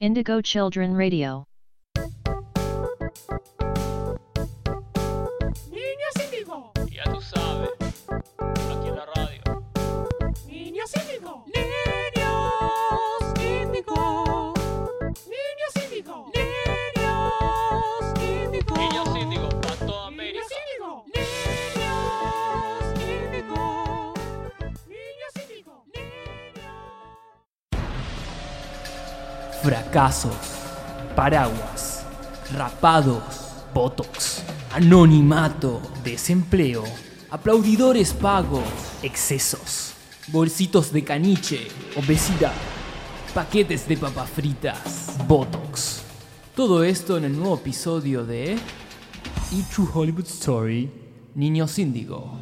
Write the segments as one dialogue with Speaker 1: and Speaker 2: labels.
Speaker 1: Indigo Children Radio.
Speaker 2: Niños índigo,
Speaker 3: Ya tú sabes, aquí en la radio.
Speaker 2: niños índigo,
Speaker 4: Niños índigo,
Speaker 2: niños índigo,
Speaker 4: niños índigo,
Speaker 3: Niños Índigo, para toda América.
Speaker 2: niños índigo,
Speaker 4: niños índigo.
Speaker 2: niños índigo.
Speaker 5: Fracasos, paraguas, rapados, botox, anonimato, desempleo, aplaudidores pagos, excesos, bolsitos de caniche, obesidad, paquetes de papas fritas, botox. Todo esto en el nuevo episodio de E True Hollywood Story, Niños Índigo.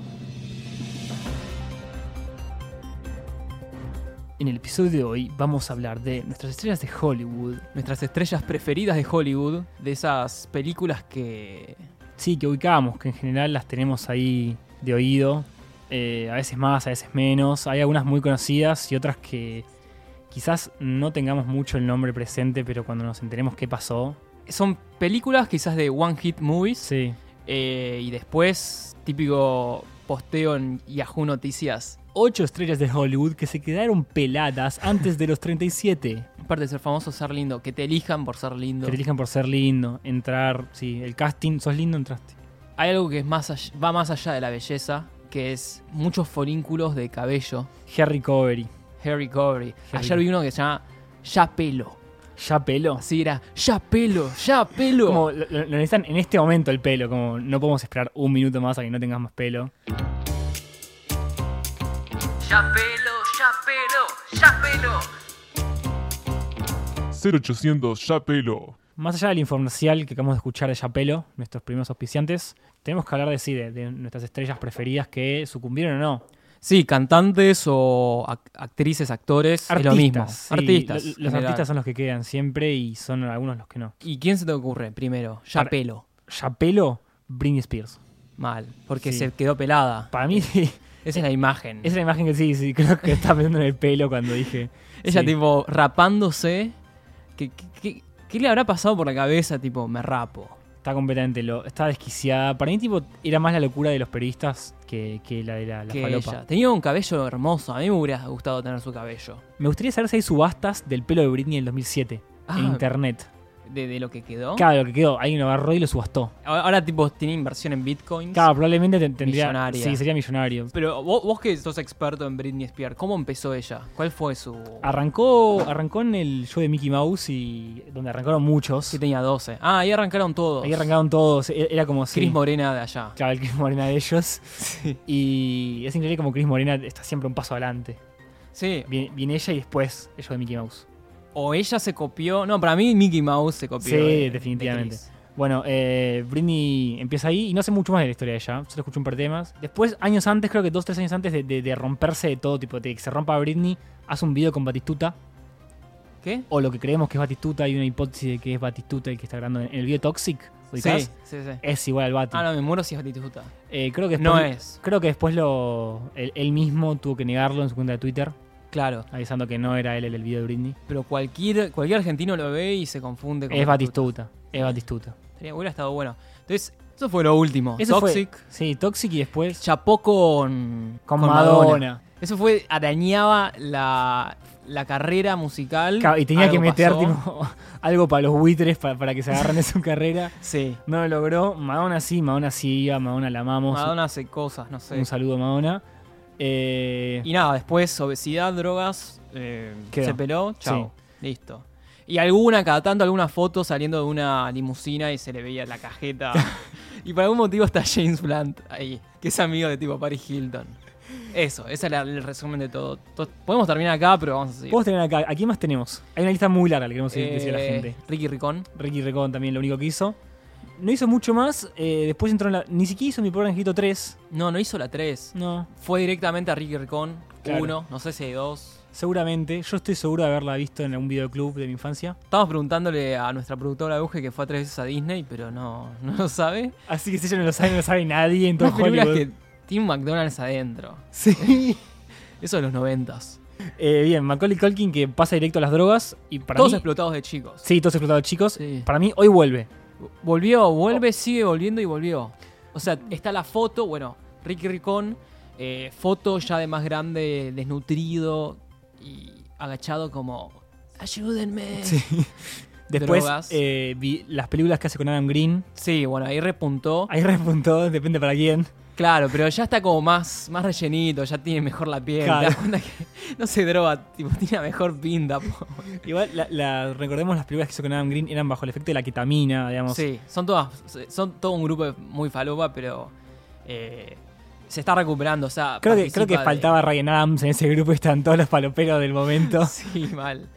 Speaker 5: En el episodio de hoy vamos a hablar de nuestras estrellas de Hollywood.
Speaker 6: nuestras estrellas preferidas de Hollywood, de esas películas que...
Speaker 5: Sí, que ubicamos, que en general las tenemos ahí de oído. eh, a veces más, a veces menos. Hay algunas muy conocidas y otras que quizás no tengamos mucho el nombre presente, pero cuando nos enteremos qué pasó.
Speaker 6: Son películas quizás de One Hit Movies
Speaker 5: Sí,
Speaker 6: eh, y después típico posteo en Yahoo Noticias.
Speaker 5: ocho estrellas de Hollywood que se quedaron peladas antes de los 37.
Speaker 6: Aparte de ser famoso, ser lindo, que te elijan por ser
Speaker 5: Que
Speaker 6: lindo.
Speaker 5: te elijan por ser lindo, entrar, sí, el casting, sos lindo, entraste.
Speaker 6: Hay algo que es más all- va más allá de la belleza, que es muchos folínculos de cabello.
Speaker 5: Hair recovery.
Speaker 6: Hair recovery.
Speaker 5: Hair
Speaker 6: Ayer vi uno que se llama Ya pelo.
Speaker 5: Ya pelo.
Speaker 6: Así era, ya pelo, ya pelo.
Speaker 5: Como lo, lo- lo necesitan en este momento el pelo, como no podemos esperar un minuto más a que no tengas más pelo.
Speaker 6: Ya pelo, ya pelo, ya pelo.
Speaker 7: 0800 Chapelo.
Speaker 5: Más allá del informal que acabamos de escuchar de Yapelo, nuestros primeros auspiciantes, tenemos que hablar de sí, de, de nuestras estrellas preferidas que sucumbieron o no.
Speaker 6: Sí, cantantes o ac- actrices, actores, es lo mismo.
Speaker 5: sí,
Speaker 6: artistas.
Speaker 5: lo-
Speaker 6: en
Speaker 5: los
Speaker 6: general.
Speaker 5: artistas son los que quedan siempre y son algunos los que no.
Speaker 6: ¿Y quién se te ocurre primero? Ya
Speaker 5: Para-
Speaker 6: pelo.
Speaker 5: Yapelo, Britney Spears.
Speaker 6: Mal, porque
Speaker 5: Sí.
Speaker 6: se quedó pelada.
Speaker 5: Para mí sí,
Speaker 6: Esa es la imagen.
Speaker 5: es la imagen que sí, sí, creo que estaba pensando en el pelo cuando dije.
Speaker 6: Ella
Speaker 5: sí.
Speaker 6: tipo rapándose. ¿Qué, qué, qué- qué le habrá pasado por la cabeza? Tipo, me rapo.
Speaker 5: Está completamente lo, está desquiciada. Para mí tipo era más la locura de los periodistas que, que la de la, la
Speaker 6: que
Speaker 5: falopa.
Speaker 6: ella. Tenía un cabello hermoso. A mí me hubiera gustado tener su cabello.
Speaker 5: Me gustaría saber si hay subastas del pelo de Britney en el 2007
Speaker 6: Ah. ¿Oh?
Speaker 5: en internet.
Speaker 6: De, de lo que quedó.
Speaker 5: Claro, que quedó, alguien lo agarró y lo subastó.
Speaker 6: Ahora, ahora, tipo, tiene inversión en bitcoins.
Speaker 5: Claro, probablemente te- tendría.
Speaker 6: Millonaria.
Speaker 5: Sí, sería millonario.
Speaker 6: Pero vos, vos que sos experto en Britney Spears, ¿cómo empezó ella? ¿Cuál fue su...?
Speaker 5: Arrancó, arrancó en el show de Mickey Mouse y donde arrancaron muchos.
Speaker 6: Sí, tenía 12. Ah, ahí arrancaron todos.
Speaker 5: Ahí arrancaron todos. e- Era como si.
Speaker 6: Cris Morena de allá.
Speaker 5: Claro, el Cris Morena de ellos. Y es increíble como Cris Morena está siempre un paso adelante.
Speaker 6: Sí.
Speaker 5: Viene, viene ella y después ellos de Mickey Mouse.
Speaker 6: O ella se copió. No, para mí Mickey Mouse se copió.
Speaker 5: Sí,
Speaker 6: de- de
Speaker 5: definitivamente.
Speaker 6: Cris.
Speaker 5: Bueno, eh, Britney empieza ahí y no sé mucho más de la historia de ella. Solo escuché un par de temas. Después, años antes, creo que dos, tres años antes de, de- de romperse de todo, tipo, de que se rompa Britney, hace un video con Batistuta.
Speaker 6: ¿Qué?
Speaker 5: o lo que creemos que es Batistuta, hay una hipótesis de que es Batistuta el que está grabando en el video Toxic. ¿ubicás?
Speaker 6: Sí, sí, sí.
Speaker 5: Es igual al Bati.
Speaker 6: Ah, no, me muero si es Batistuta.
Speaker 5: Eh, creo que después,
Speaker 6: No es.
Speaker 5: Creo que después lo, él, él mismo tuvo que negarlo en su cuenta de Twitter,
Speaker 6: Claro.
Speaker 5: avisando que no era él el del video de Britney.
Speaker 6: Pero cualquier, cualquier argentino lo ve y se confunde con.
Speaker 5: Es Batistuta. Es Batistuta.
Speaker 6: Estaría- Hubiera estado bueno. Entonces, eso fue lo último.
Speaker 5: Eso fue-
Speaker 6: Toxic.
Speaker 5: sí, Toxic y después
Speaker 6: Chapó con.
Speaker 5: con, Madonna.
Speaker 6: Eso fue. Arañaba la, la carrera musical.
Speaker 5: Claro, Y tenía
Speaker 6: Algo
Speaker 5: que meter
Speaker 6: pasó.
Speaker 5: tipo, algo para los buitres pa- para, que se agarren de su carrera.
Speaker 6: Sí.
Speaker 5: No lo logró. Madonna sí, Madonna sí iba, Madonna la amamos.
Speaker 6: Madonna hace cosas, no sé.
Speaker 5: Un saludo, Madonna. Eh,
Speaker 6: Y nada, después obesidad, drogas, eh,
Speaker 5: Quedó.
Speaker 6: se peló, chao. Listo. Y alguna, cada tanto, alguna foto saliendo de una limusina y se le veía la cajeta. y por algún motivo está James Blunt ahí, que es amigo de tipo Paris Hilton. Eso, ese era el resumen de todo. To- Podemos terminar acá, pero vamos a seguir.
Speaker 5: Podemos tener acá. ¿A quién más tenemos? Hay una lista muy larga, le queremos
Speaker 6: Eh,
Speaker 5: decir a la gente.
Speaker 6: Ricky Ricón.
Speaker 5: Ricky Recon también lo único que hizo. No hizo mucho más. eh, después entró en la. Ni siquiera hizo mi pobre angelito 3.
Speaker 6: No, no hizo la 3.
Speaker 5: No.
Speaker 6: Fue directamente a Ricky Ricón.
Speaker 5: Claro.
Speaker 6: Uno, no sé si hay dos.
Speaker 5: Seguramente. Yo estoy seguro de haberla visto en algún videoclub de mi infancia.
Speaker 6: Estamos preguntándole a nuestra productora Euge que fue a tres veces a Disney, pero no, no lo sabe.
Speaker 5: Así que si ella no lo sabe, no lo sabe nadie en todo
Speaker 6: Unas películas
Speaker 5: Hollywood.
Speaker 6: que tiene un McDonald's adentro. Sí. Eso de los noventas.
Speaker 5: Eh, bien, Macaulay Culkin que pasa directo a las drogas y para
Speaker 6: Todos
Speaker 5: mí...
Speaker 6: explotados de chicos.
Speaker 5: Sí, todos explotados chicos.
Speaker 6: Sí.
Speaker 5: Para mí hoy vuelve.
Speaker 6: Volvió,
Speaker 5: Oh.
Speaker 6: vuelve, sigue volviendo y volvió. O sea, está la foto, bueno, Ricky Ricón, eh, foto ya de más grande, desnutrido y agachado como... Ayúdenme. Sí,
Speaker 5: Después
Speaker 6: Drogas.
Speaker 5: eh, vi las películas que hace con Adam Green.
Speaker 6: bueno, ahí repuntó.
Speaker 5: Ahí repuntó, depende para quién.
Speaker 6: Claro, pero ya está como más, más rellenito, ya tiene mejor la piel.
Speaker 5: Claro.
Speaker 6: Te das cuenta que no se droga, tipo, tiene la mejor pinta. po.
Speaker 5: Igual, la, la- recordemos las películas que hizo con Adam Green eran bajo el efecto de la ketamina, digamos.
Speaker 6: Sí, son todas, son todo un grupo muy falopa, pero eh, se está recuperando. O sea,
Speaker 5: Creo que, creo que
Speaker 6: participa de-
Speaker 5: faltaba Ryan Adams en ese grupo y están todos los paloperos del momento.
Speaker 6: Sí, mal.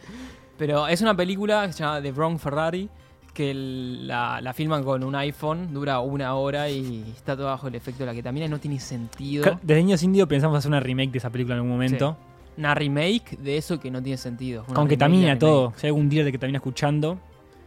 Speaker 6: Pero es una película que se llama The Wrong Ferrari, que el- la, la filman con un iPhone, dura una hora y está todo bajo el efecto de la ketamina y no tiene sentido.
Speaker 5: Ca- Desde Niños Indio pensamos hacer una remake de esa película en algún momento.
Speaker 6: Una remake de eso que no tiene sentido. Una
Speaker 5: Con
Speaker 6: remake de
Speaker 5: ketamina,
Speaker 6: remake.
Speaker 5: todo. Si hay algún dealer de ketamina escuchando.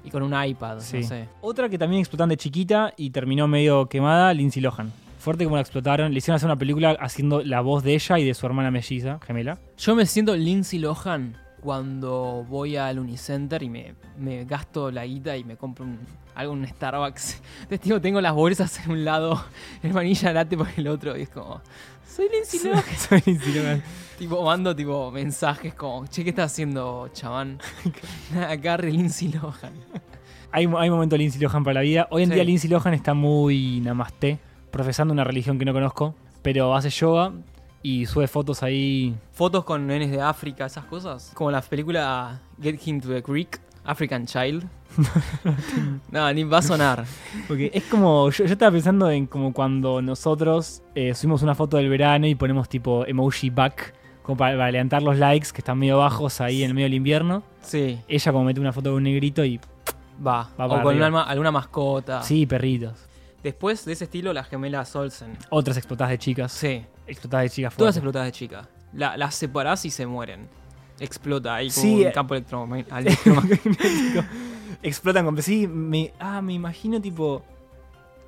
Speaker 6: Y con un iPad,
Speaker 5: Sí.
Speaker 6: no sé.
Speaker 5: Otra que también explotaron de chiquita y terminó medio quemada, Lindsay Lohan. Fuerte como la explotaron. Le hicieron hacer una película haciendo la voz de ella y de su hermana melliza, gemela.
Speaker 6: Yo me siento Lindsay Lohan cuando voy al Unicenter y me, me gasto la guita y me compro un, algo en un Starbucks. Entonces, tipo, tengo las bolsas en un lado, el manilla latte por el otro y es como... Soy Lindsay Lohan.
Speaker 5: Soy Lindsay Lohan.
Speaker 6: Tipo, mando tipo mensajes como, che, ¿qué estás haciendo, chabón? Acá re Lindsay Lohan.
Speaker 5: Hay, mo- hay momento Lindsay Lohan para la vida. Hoy en
Speaker 6: Sí.
Speaker 5: día Lindsay Lohan está muy namasté, profesando una religión que no conozco, pero hace yoga y sube fotos ahí.
Speaker 6: Fotos con nenes de África, esas cosas. Como la película Get Him to the Creek, African Child. no, ni va a sonar.
Speaker 5: Porque es como, yo, yo estaba pensando en como cuando nosotros eh, subimos una foto del verano y ponemos tipo emoji back, como para, para levantar los likes que están medio bajos ahí en el medio del invierno.
Speaker 6: Sí,
Speaker 5: Ella como mete una foto de un negrito y...
Speaker 6: va.
Speaker 5: para
Speaker 6: o con
Speaker 5: arriba.
Speaker 6: una ma- alguna mascota.
Speaker 5: Sí, perritos.
Speaker 6: Después de ese estilo, la gemela Solsen.
Speaker 5: Otras explotadas de chicas.
Speaker 6: Sí.
Speaker 5: Explotadas de chicas fuertes.
Speaker 6: Todas explotadas de chica. La- las separás y se mueren. Explota ahí como
Speaker 5: Sí,
Speaker 6: un
Speaker 5: eh.
Speaker 6: campo electromagnético.
Speaker 5: explotan con sí me ah me imagino tipo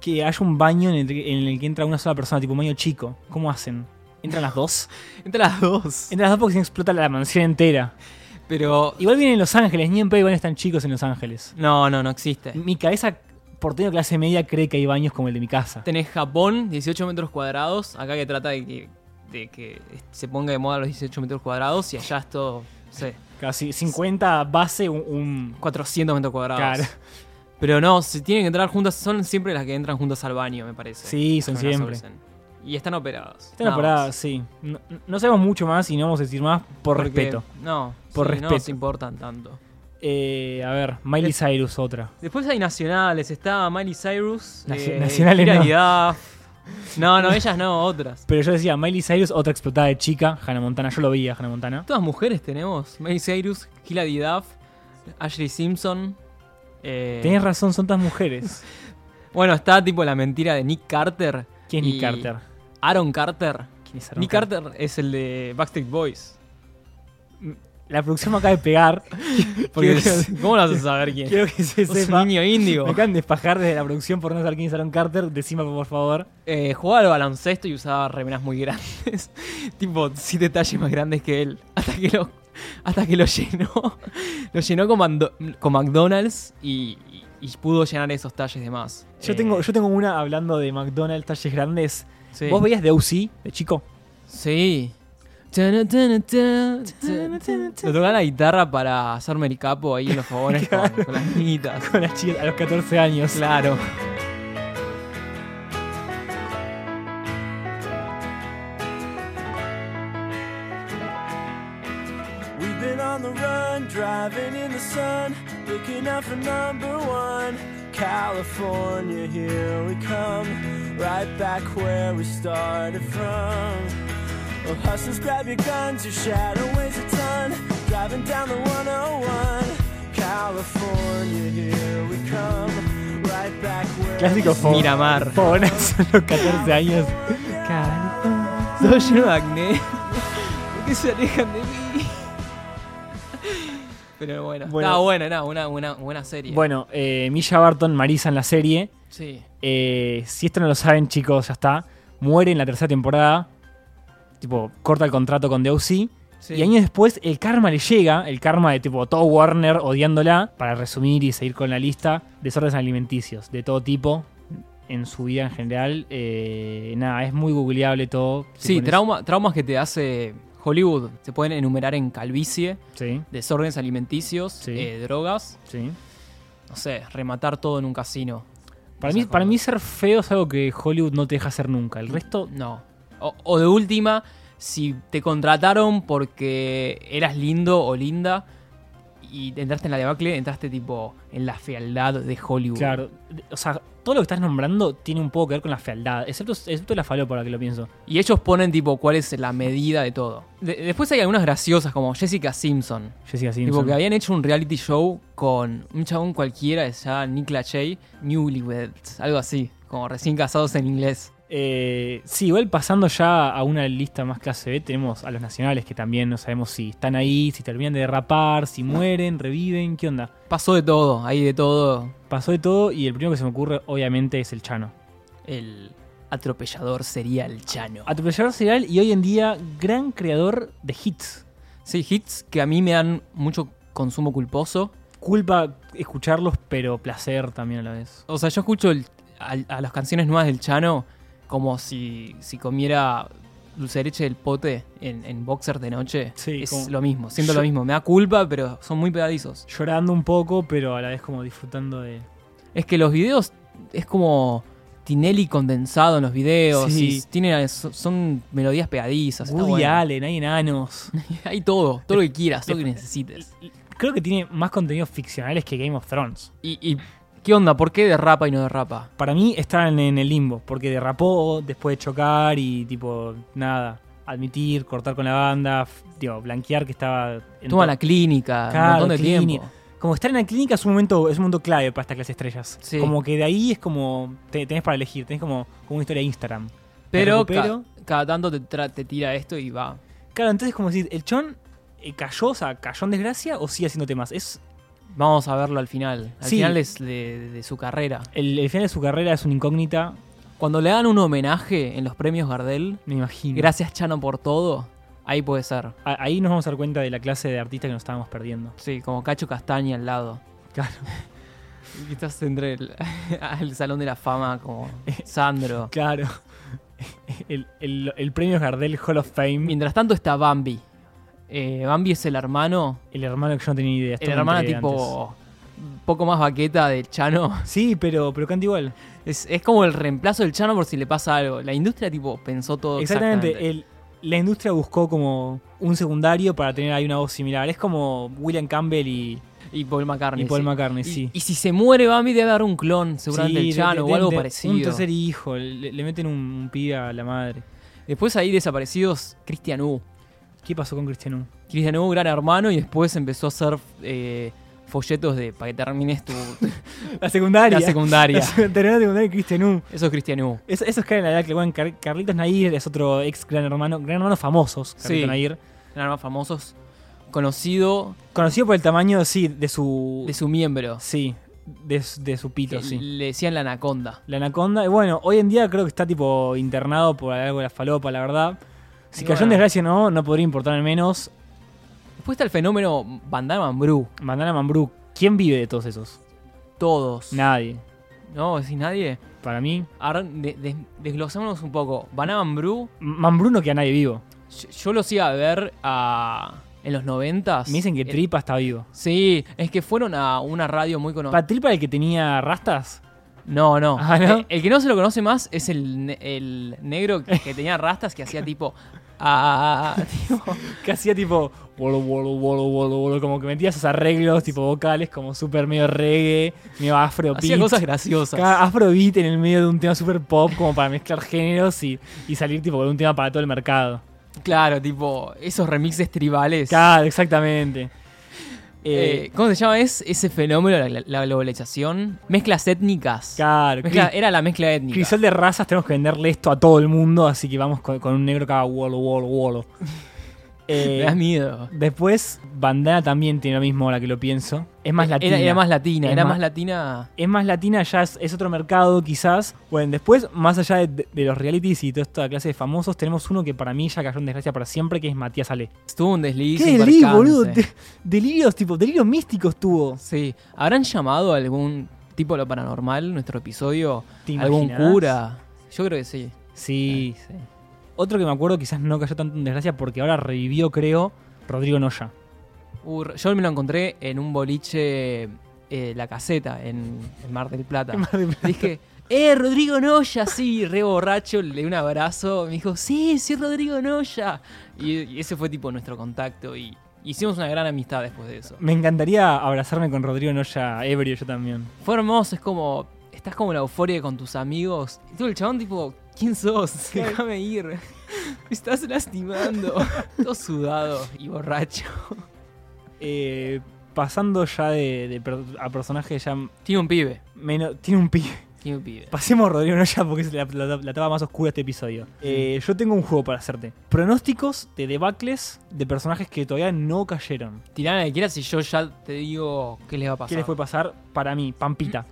Speaker 5: que haya un baño en el, que- en el que entra una sola persona tipo un baño chico cómo hacen entran las dos
Speaker 6: Entre las dos.
Speaker 5: entran las dos porque si no explota la mansión entera
Speaker 6: Pero
Speaker 5: igual vienen en Los Ángeles ni en pedo igual están chicos en Los Ángeles
Speaker 6: No, no, no existe.
Speaker 5: mi cabeza porteño clase media cree que hay baños como el de mi casa
Speaker 6: Tenés Japón, 18 metros cuadrados, acá que trata de que, de que se ponga de moda los 18 metros cuadrados y allá es todo, no sé,
Speaker 5: casi 50 base un, un-
Speaker 6: 400 metros cuadrados.
Speaker 5: Claro.
Speaker 6: Pero no, si tienen que entrar juntas, son siempre las que entran juntas al baño, me parece.
Speaker 5: sí son
Speaker 6: Gemelas
Speaker 5: siempre
Speaker 6: Olsen. Y están operadas.
Speaker 5: están
Speaker 6: nada más.
Speaker 5: operadas sí no, no sabemos mucho más y no vamos a decir más por
Speaker 6: Porque-
Speaker 5: respeto
Speaker 6: No,
Speaker 5: Por
Speaker 6: sí,
Speaker 5: respeto.
Speaker 6: No se importan tanto.
Speaker 5: Eh, a ver Miley Cyrus otra
Speaker 6: Después hay nacionales, está Miley Cyrus.
Speaker 5: Naci-
Speaker 6: eh,
Speaker 5: nacionales
Speaker 6: Hilary
Speaker 5: no.
Speaker 6: Duff. No, no, ellas no, otras.
Speaker 5: Pero yo decía, Miley Cyrus, otra explotada de chica, Hannah Montana, yo lo vi a Hannah Montana.
Speaker 6: Todas mujeres tenemos. Miley Cyrus, Hilary Duff, Ashley Simpson. eh,
Speaker 5: Tenés razón, son todas mujeres.
Speaker 6: Bueno, está tipo la mentira de Nick Carter.
Speaker 5: ¿Quién
Speaker 6: y
Speaker 5: es Nick Carter?
Speaker 6: Aaron Carter.
Speaker 5: ¿Quién es
Speaker 6: Nick Carter? es el de Backstreet Boys.
Speaker 5: La producción me acaba de pegar.
Speaker 6: Porque,
Speaker 5: quiero,
Speaker 6: ¿Cómo lo vas a saber quién?
Speaker 5: quiero que se
Speaker 6: es
Speaker 5: sepa.
Speaker 6: un niño
Speaker 5: Me
Speaker 6: índigo.
Speaker 5: acaban de despajar desde la producción por no saber quién es Aaron Carter. Decime, por favor.
Speaker 6: Eh, jugaba al baloncesto y usaba remeras muy grandes. tipo, siete talles más grandes que él. Hasta que lo, hasta que lo llenó. lo llenó con, Mando- con McDonald's y, y- y pudo llenar esos talles de más.
Speaker 5: Yo
Speaker 6: Eh,
Speaker 5: tengo, yo tengo una hablando de McDonald's, talles grandes.
Speaker 6: sí.
Speaker 5: ¿Vos veías de OC, de chico?
Speaker 6: Eh, Sí. Tana, tana, tana, tana, tana. Lo tocaba la guitarra para hacerme el capo ahí en los fogones con, con las niñitas.
Speaker 5: Con las chicas a los 14 años.
Speaker 6: Claro.
Speaker 8: We've been on the run, driving in the sun, looking out for number one. California, here we come, right back where we started from. Well, hustlers, grab your guns, your shadow weighs a ton, driving down the 101. California, here we come, right back where
Speaker 5: Clásico fo-
Speaker 6: Miramar.
Speaker 5: fogonazo a los 14 años.
Speaker 6: Todo lleno de acné. ¿Por qué se alejan de mí? Pero bueno,
Speaker 5: Bueno.
Speaker 6: estaba buena, era una, una buena serie.
Speaker 5: Bueno, eh, Misha Barton, Marisa en la serie.
Speaker 6: Sí.
Speaker 5: Eh, si esto no lo saben, chicos, ya está. Muere en la tercera temporada. Tipo, corta el contrato con The O.C.
Speaker 6: Sí.
Speaker 5: Y años después el karma le llega, el karma de tipo Todd Warner odiándola, para resumir y seguir con la lista, desórdenes alimenticios de todo tipo en su vida en general. Eh, nada, es muy googleable todo. Si
Speaker 6: Sí,
Speaker 5: pones-
Speaker 6: trauma- traumas que te hace Hollywood se pueden enumerar en calvicie,
Speaker 5: Sí,
Speaker 6: desórdenes alimenticios,
Speaker 5: Sí.
Speaker 6: eh, drogas,
Speaker 5: sí.
Speaker 6: no sé, rematar todo en un casino.
Speaker 5: Para
Speaker 6: Esas
Speaker 5: mí, para
Speaker 6: cosas.
Speaker 5: mí ser feo es algo que Hollywood no te deja hacer nunca. El resto,
Speaker 6: No. O, o de última, si te contrataron porque eras lindo o linda y entraste en la debacle, entraste tipo en la fealdad de Hollywood.
Speaker 5: claro. O sea, todo lo que estás nombrando tiene un poco que ver con la fealdad, excepto, excepto la falopa, ahora que lo pienso.
Speaker 6: Y ellos ponen tipo cuál es la medida de todo. De- después hay algunas graciosas como Jessica Simpson.
Speaker 5: Jessica
Speaker 6: Tipo
Speaker 5: Simpson.
Speaker 6: que habían hecho un reality show con un chabón cualquiera, se llama Nick Lachey, Newlyweds, algo así, como recién casados en inglés.
Speaker 5: Eh, sí, igual pasando ya a una lista más clase B, tenemos a los nacionales que también no sabemos si están ahí, si terminan de derrapar, si mueren, reviven, ¿qué onda?
Speaker 6: Pasó de todo, hay de todo.
Speaker 5: Pasó de todo y el primero que se me ocurre, obviamente, es el Chano.
Speaker 6: El atropellador sería el Chano.
Speaker 5: Atropellador serial y hoy en día gran creador de hits.
Speaker 6: Sí, hits que a mí me dan mucho consumo culposo.
Speaker 5: Culpa escucharlos, pero placer también a la vez.
Speaker 6: O sea, yo escucho el- a, a las canciones nuevas del Chano como si, si comiera dulce de leche del pote en, en boxer de noche.
Speaker 5: Sí,
Speaker 6: es
Speaker 5: como-
Speaker 6: lo mismo, siento
Speaker 5: Yo-
Speaker 6: lo mismo. Me da culpa, pero son muy pegadizos.
Speaker 5: Llorando un poco, pero a la vez como disfrutando de...
Speaker 6: Es que los videos es como Tinelli condensado en los videos
Speaker 5: Sí.
Speaker 6: y tiene, son, son melodías pegadizas. está
Speaker 5: Woody
Speaker 6: bueno.
Speaker 5: Allen, hay enanos.
Speaker 6: Hay todo, todo lo que quieras, todo lo que necesites.
Speaker 5: Creo que tiene más contenidos ficcionales que Game of Thrones.
Speaker 6: Y, y qué onda? ¿Por qué derrapa y no derrapa?
Speaker 5: para mí están en el limbo, porque derrapó después de chocar y tipo, nada, admitir, cortar con la banda, f- digo, blanquear que estaba en
Speaker 6: Toma
Speaker 5: to-
Speaker 6: la clínica,
Speaker 5: Claro,
Speaker 6: un montón de
Speaker 5: clínica.
Speaker 6: tiempo.
Speaker 5: Como estar en la clínica es un momento, es un momento clave para esta clase de estrellas.
Speaker 6: Sí.
Speaker 5: Como que de ahí es como, te- tenés para elegir, tenés como, como una historia de Instagram. Me
Speaker 6: Pero ca-
Speaker 5: recupero.
Speaker 6: cada tanto te, tra- te tira esto y va.
Speaker 5: claro, entonces como decir, el chon eh, cayó, o sea, cayó en desgracia o sigue haciendo temas. Es
Speaker 6: Vamos a verlo al final. Al
Speaker 5: Sí.
Speaker 6: final es de, de su carrera.
Speaker 5: el, el final de su carrera es una incógnita,
Speaker 6: Cuando le dan un homenaje en los premios Gardel,
Speaker 5: me imagino.
Speaker 6: gracias Chano por todo, ahí puede ser.
Speaker 5: A- ahí nos vamos a dar cuenta de la clase de artista que nos estábamos perdiendo.
Speaker 6: Sí, como Cacho Castaña al lado.
Speaker 5: Claro.
Speaker 6: Y estás entre el, al Salón de la Fama como
Speaker 5: Eh.
Speaker 6: Sandro.
Speaker 5: Claro. El, el- el premio Gardel Hall of Fame.
Speaker 6: Mientras tanto está Bambi. Eh, Bambi es el hermano,
Speaker 5: El hermano que yo no tenía ni idea. esto
Speaker 6: el
Speaker 5: me
Speaker 6: hermano
Speaker 5: enteré antes.
Speaker 6: tipo un poco más vaqueta del Chano.
Speaker 5: Sí, pero, pero canta igual.
Speaker 6: Es, es como el reemplazo del Chano por si le pasa algo. La industria tipo pensó todo
Speaker 5: Exactamente.
Speaker 6: exactamente.
Speaker 5: el- la industria buscó como un secundario para tener ahí una voz similar. Es como William Campbell y,
Speaker 6: y Paul McCartney.
Speaker 5: y Paul
Speaker 6: sí.
Speaker 5: McCartney,
Speaker 6: Y-
Speaker 5: sí.
Speaker 6: Y, si se muere Bambi debe haber un clon, seguramente
Speaker 5: Sí,
Speaker 6: el
Speaker 5: de-
Speaker 6: Chano
Speaker 5: de-
Speaker 6: o algo
Speaker 5: de-
Speaker 6: parecido.
Speaker 5: Un tercer hijo. Le, le meten un, un pibe a la madre.
Speaker 6: Después ahí desaparecidos Cristian U.
Speaker 5: ¿Qué pasó con Cristian U?
Speaker 6: Cristian Hugo, gran hermano, y después empezó a hacer eh, folletos de para que termines tu
Speaker 5: La secundaria.
Speaker 6: la secundaria.
Speaker 5: Terminó la secundaria de Cristian U.
Speaker 6: Eso es Cristian Hugo.
Speaker 5: Es- Eso, es que en la edad que bueno, Car- Carlitos Nair es otro ex gran hermano. Gran hermano famosos. Carlitos
Speaker 6: Sí.
Speaker 5: Nair.
Speaker 6: Eran más famosos. Conocido
Speaker 5: Conocido por el tamaño, sí, de su.
Speaker 6: de su miembro.
Speaker 5: sí, de, su- de su pito,
Speaker 6: que
Speaker 5: sí.
Speaker 6: Le decían la anaconda.
Speaker 5: La anaconda. Y bueno, hoy en día creo que está tipo internado por algo de la falopa, la verdad. Si
Speaker 6: Y
Speaker 5: cayó en
Speaker 6: bueno.
Speaker 5: desgracia o no, no podría importarme menos.
Speaker 6: Después está el fenómeno Bandana Mambrú.
Speaker 5: Mandana Mambrú, ¿quién vive de todos esos?
Speaker 6: Todos.
Speaker 5: Nadie.
Speaker 6: ¿No? ¿Decís nadie?
Speaker 5: Para mí,
Speaker 6: Ahora de- de- desglosémonos un poco. Bandana Mambrú,
Speaker 5: Mambrú no queda nadie vivo.
Speaker 6: yo, yo los iba a ver a, en los noventas.
Speaker 5: Me dicen que
Speaker 6: Eh,
Speaker 5: Tripa está vivo.
Speaker 6: Sí, es que fueron a una radio muy conocida.
Speaker 5: ¿Para Tripa el que tenía rastas?
Speaker 6: No, no.
Speaker 5: Ah, ¿no?
Speaker 6: Eh, El, que no se lo conoce más es el, ne- el negro que que tenía rastas que hacía tipo. ah, tipo,
Speaker 5: Que hacía tipo. Wolo, wolo, wolo, wolo, wolo, como que metía esos arreglos tipo vocales, como súper medio reggae, medio afro
Speaker 6: hacía cosas graciosas.
Speaker 5: Cada afrobeat en el medio de un tema super pop como para mezclar géneros y, y salir tipo con un tema para todo el mercado.
Speaker 6: Claro, tipo esos remixes tribales.
Speaker 5: Claro, exactamente.
Speaker 6: Eh,
Speaker 5: Eh,
Speaker 6: ¿Cómo se llama es ese fenómeno, la, la globalización? Mezclas étnicas.
Speaker 5: claro,
Speaker 6: Mezcla-
Speaker 5: cri-
Speaker 6: era la mezcla étnica.
Speaker 5: crisol de razas tenemos que venderle esto a todo el mundo, así que vamos con, con un negro cada wolo, wolo, wolo. Eh,
Speaker 6: Me das miedo.
Speaker 5: después, Bandana también tiene lo mismo ahora que lo pienso. Es más latina.
Speaker 6: Eh, Era, era más latina.
Speaker 5: Es
Speaker 6: Era
Speaker 5: ma-
Speaker 6: más latina.
Speaker 5: es más latina, ya es, es otro mercado quizás. Bueno, después, más allá de, de los realities y toda esta clase de famosos, tenemos uno que para mí ya cayó en desgracia para siempre, que es Matías Ale.
Speaker 6: Estuvo un desliz.
Speaker 5: ¡Qué
Speaker 6: un
Speaker 5: delirio,
Speaker 6: percance.
Speaker 5: boludo! De- delirios, tipo, delirios místicos tuvo.
Speaker 6: Sí. ¿Habrán llamado a algún tipo de lo paranormal nuestro episodio?
Speaker 5: ¿Te
Speaker 6: ¿Algún
Speaker 5: imaginás?
Speaker 6: cura? Yo creo que sí.
Speaker 5: Sí, sí. Otro que me acuerdo quizás no cayó tanto en desgracia porque ahora revivió, creo, Rodrigo Noya.
Speaker 6: Uh, yo me lo encontré en un boliche, eh, la caseta, en el Mar del Plata. Dije, ¡eh, Rodrigo Noya! Sí, re borracho, le di un abrazo. Me dijo, ¡sí, sí, Rodrigo Noya! Y, y ese fue tipo nuestro contacto y hicimos una gran amistad después de eso.
Speaker 5: Me encantaría abrazarme con Rodrigo Noya ebrio yo también.
Speaker 6: Fue hermoso, es como, estás como en la euforia con tus amigos. Y tú, el chabón, tipo, ¿quién sos? Déjame ir. Me estás lastimando. Todo sudado y borracho.
Speaker 5: Eh, pasando ya de, de per- a personajes ya
Speaker 6: Tiene un pibe,
Speaker 5: menos... Tiene un pibe.
Speaker 6: tiene un pibe.
Speaker 5: Pasemos a Rodrigo Noya porque es la, la- la etapa más oscura de este episodio. Eh, yo tengo un juego para hacerte. Pronósticos de debacles de personajes que todavía no cayeron.
Speaker 6: Tirá la que quieras y yo ya te digo qué les va a pasar.
Speaker 5: ¿Qué les puede pasar? Para mí, Pampita.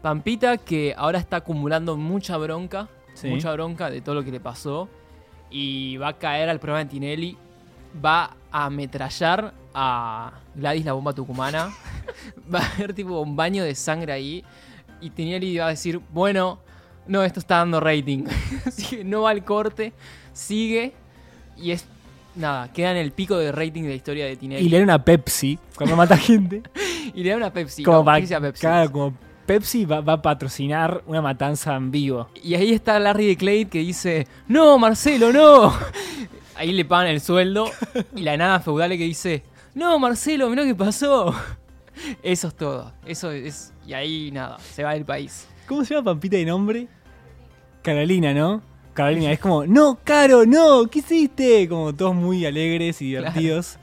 Speaker 6: Pampita que ahora está acumulando mucha bronca,
Speaker 5: Sí.
Speaker 6: mucha bronca de todo lo que le pasó y va a caer al programa de Tinelli, va a ametrallar a Gladys la bomba tucumana, va a haber tipo un baño de sangre ahí y Tinelli va a decir, bueno, no, esto está dando rating, así que no va al corte, sigue y es... Nada, queda en el pico de rating de la historia de Tinelli.
Speaker 5: Y le dan una Pepsi cuando mata gente.
Speaker 6: Y le da una Pepsi.
Speaker 5: como
Speaker 6: no,
Speaker 5: para-
Speaker 6: que sea Pepsi.
Speaker 5: claro, como Pepsi va, va a patrocinar una matanza en vivo.
Speaker 6: Y ahí está Larry de Clay que dice, no, Marcelo, no. Ahí le pagan el sueldo. Y la nada feudale que dice, no, Marcelo, mirá qué pasó. Eso es todo. Eso es... Y ahí nada, se va del país.
Speaker 5: ¿Cómo se llama Pampita de nombre? Carolina, ¿no? Carolina, es como, no, Caro, no, ¿qué hiciste? Como todos muy alegres y divertidos.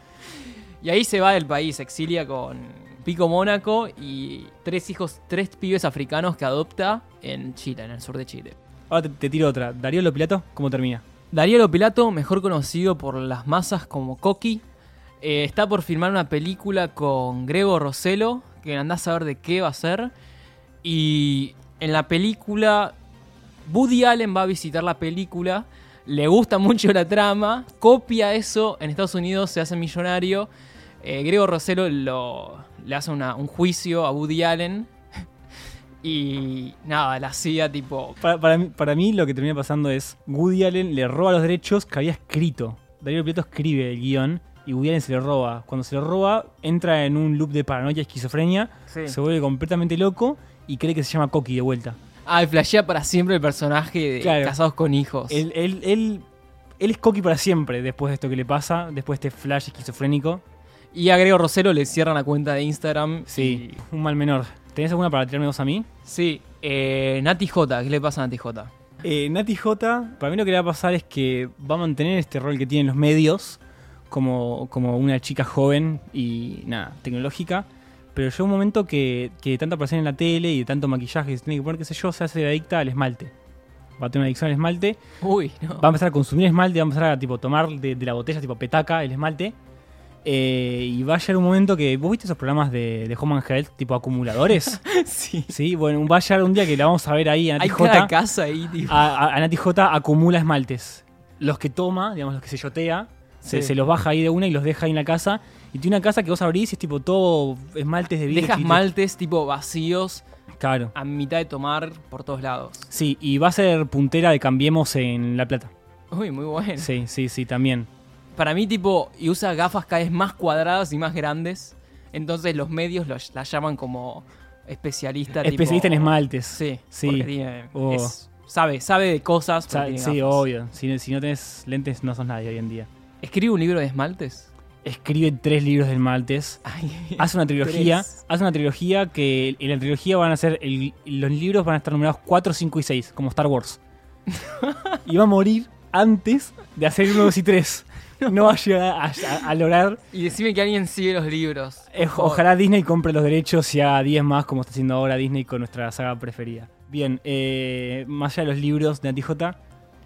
Speaker 6: Y ahí se va del país, se exilia con Pico Mónaco y tres hijos, tres pibes africanos que adopta en Chile, en el sur de Chile.
Speaker 5: Ahora te, te tiro otra. Darío Lopilato, ¿cómo termina?
Speaker 6: Darío Pilato, mejor conocido por las masas como Coqui, eh, está por filmar una película con Grego Rossello, que andás a ver de qué va a ser. Y en la película, Woody Allen va a visitar la película, le gusta mucho la trama, copia eso, en Estados Unidos se hace millonario. eh, Grego Rossello lo, le hace una- un juicio a Woody Allen. Y nada, la CIA tipo
Speaker 5: Para, para mí, para mí lo que termina pasando es Woody Allen le roba los derechos que había escrito. Darío Prieto escribe el guión y Woody Allen se lo roba. Cuando se lo roba, entra en un loop de paranoia y esquizofrenia, se vuelve completamente loco y cree que se llama Coqui de vuelta.
Speaker 6: Ah, y flashea para siempre el personaje de
Speaker 5: Claro.
Speaker 6: Casados con Hijos.
Speaker 5: Él, él- él- él es Coqui para siempre después de esto que le pasa, después de este flash esquizofrénico.
Speaker 6: Y a Grego Rosero le cierran la cuenta de Instagram.
Speaker 5: Sí,
Speaker 6: y-
Speaker 5: un mal menor. ¿Tenés alguna para tirarme vos a mí?
Speaker 6: sí. Eh, Nati J, ¿qué le pasa a Nati J?
Speaker 5: Eh, Nati J, para mí lo que le va a pasar es que va a mantener este rol que tienen los medios como, como una chica joven y nada, tecnológica. Pero llega un momento que, que de tanta aparición en la tele y de tanto maquillaje que se tiene que poner, qué sé yo, se hace adicta al esmalte. Va a tener una adicción al esmalte,
Speaker 6: Uy, no.
Speaker 5: va a empezar a consumir esmalte, va a empezar a tipo, tomar de, de la botella, tipo petaca, el esmalte. Eh, y va a llegar un momento que. ¿Vos viste esos programas de, de Home and Health, tipo acumuladores?
Speaker 6: sí.
Speaker 5: sí, bueno, va a llegar un día que la vamos a ver ahí a Nati
Speaker 6: Hay
Speaker 5: J Ah,
Speaker 6: cada casa ahí, tipo.
Speaker 5: a, a- a Nati J acumula esmaltes. Los que toma, digamos, los que se yotea, se,
Speaker 6: Sí.
Speaker 5: se los baja ahí de una y los deja ahí en la casa. Y tiene una casa que vos abrís y es tipo todo esmaltes de vida.
Speaker 6: Dejas maltes tipo vacíos
Speaker 5: Claro.
Speaker 6: a mitad de tomar por todos lados.
Speaker 5: Sí, y va a ser puntera de Cambiemos en La Plata.
Speaker 6: Uy, muy bueno.
Speaker 5: Sí, sí, sí, también.
Speaker 6: Para mí, tipo, y usa gafas cada vez más cuadradas y más grandes. Entonces los medios los- la llaman como especialista. tipo-
Speaker 5: Especialista en esmaltes.
Speaker 6: Sí,
Speaker 5: Sí.
Speaker 6: porque tiene-
Speaker 5: Oh.
Speaker 6: es- sabe, sabe de cosas.
Speaker 5: O
Speaker 6: pero
Speaker 5: sea,
Speaker 6: tiene
Speaker 5: sí,
Speaker 6: gafas.
Speaker 5: obvio. Si, si no tenés lentes, no sos nadie hoy en día.
Speaker 6: Escribe un libro de esmaltes.
Speaker 5: Escribe tres libros de esmaltes.
Speaker 6: Ay,
Speaker 5: Hace una trilogía.
Speaker 6: Tres.
Speaker 5: Hace una trilogía que en la trilogía van a ser. el- los libros van a estar numerados 4, 5 y 6, como Star Wars. y va a morir antes de hacer el 1, 2 y 3. No va a llegar a, a- a lograr.
Speaker 6: Y decime que alguien sigue los libros.
Speaker 5: Eh,
Speaker 6: Por favor.
Speaker 5: Ojalá Disney compre los derechos y haga 10 más, como está haciendo ahora Disney con nuestra saga preferida. Bien, eh, más allá de los libros de Antijota,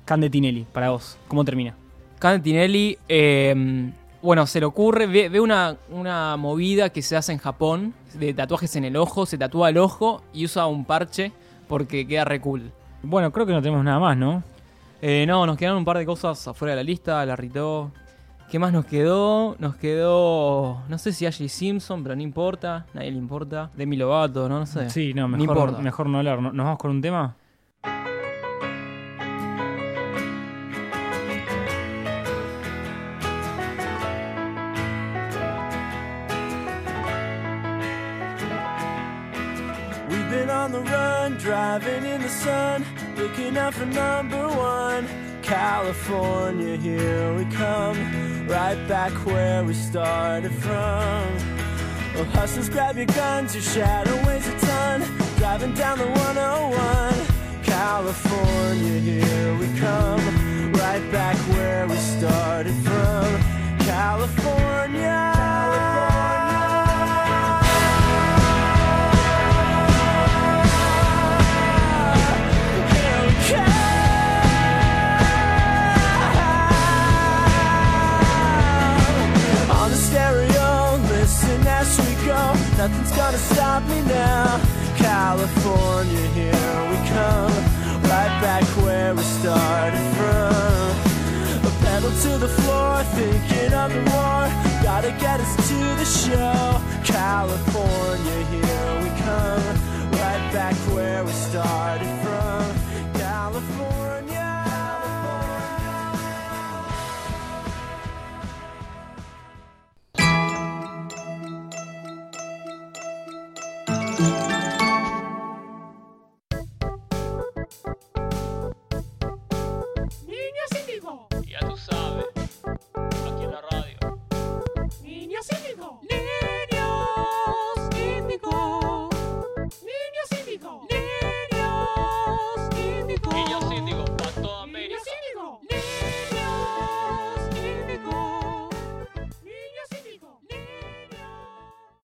Speaker 5: Can de Tinelli, para vos. ¿Cómo termina?
Speaker 6: Cantinelli, eh, bueno, se le ocurre, ve, ve una, una movida que se hace en Japón de tatuajes en el ojo, se tatúa el ojo y usa un parche porque queda re cool.
Speaker 9: Bueno, creo que no tenemos nada más, ¿no?
Speaker 6: Eh, no, nos quedaron un par de cosas afuera de la lista, la Ritó. ¿Qué más nos quedó? Nos quedó. No sé si Ashley Simpson, pero no importa. Nadie le importa. Demi Lovato, ¿no? No sé.
Speaker 9: Sí, no,
Speaker 6: No
Speaker 9: mejor
Speaker 6: importa.
Speaker 9: mejor no hablar. ¿No- ¿Nos vamos con un tema?
Speaker 5: We've been on the run, driving in the sun, looking out for number one. California, here we come, right back where we started from. Well, hustlers, grab your guns, your shadow weighs a ton, driving down the 101. California, here we come, right back where we started from. California. On the stereo, listen as we go. Nothing's gonna stop me now. California, here we come. Right back where we started from. A pedal to the floor, thinking of the war. Gotta get us to the show. California, here we come. Right back where we started from. California.
Speaker 4: niños cívico,
Speaker 3: Ya tú sabes, aquí en la radio.
Speaker 4: niños cívico,
Speaker 10: Niños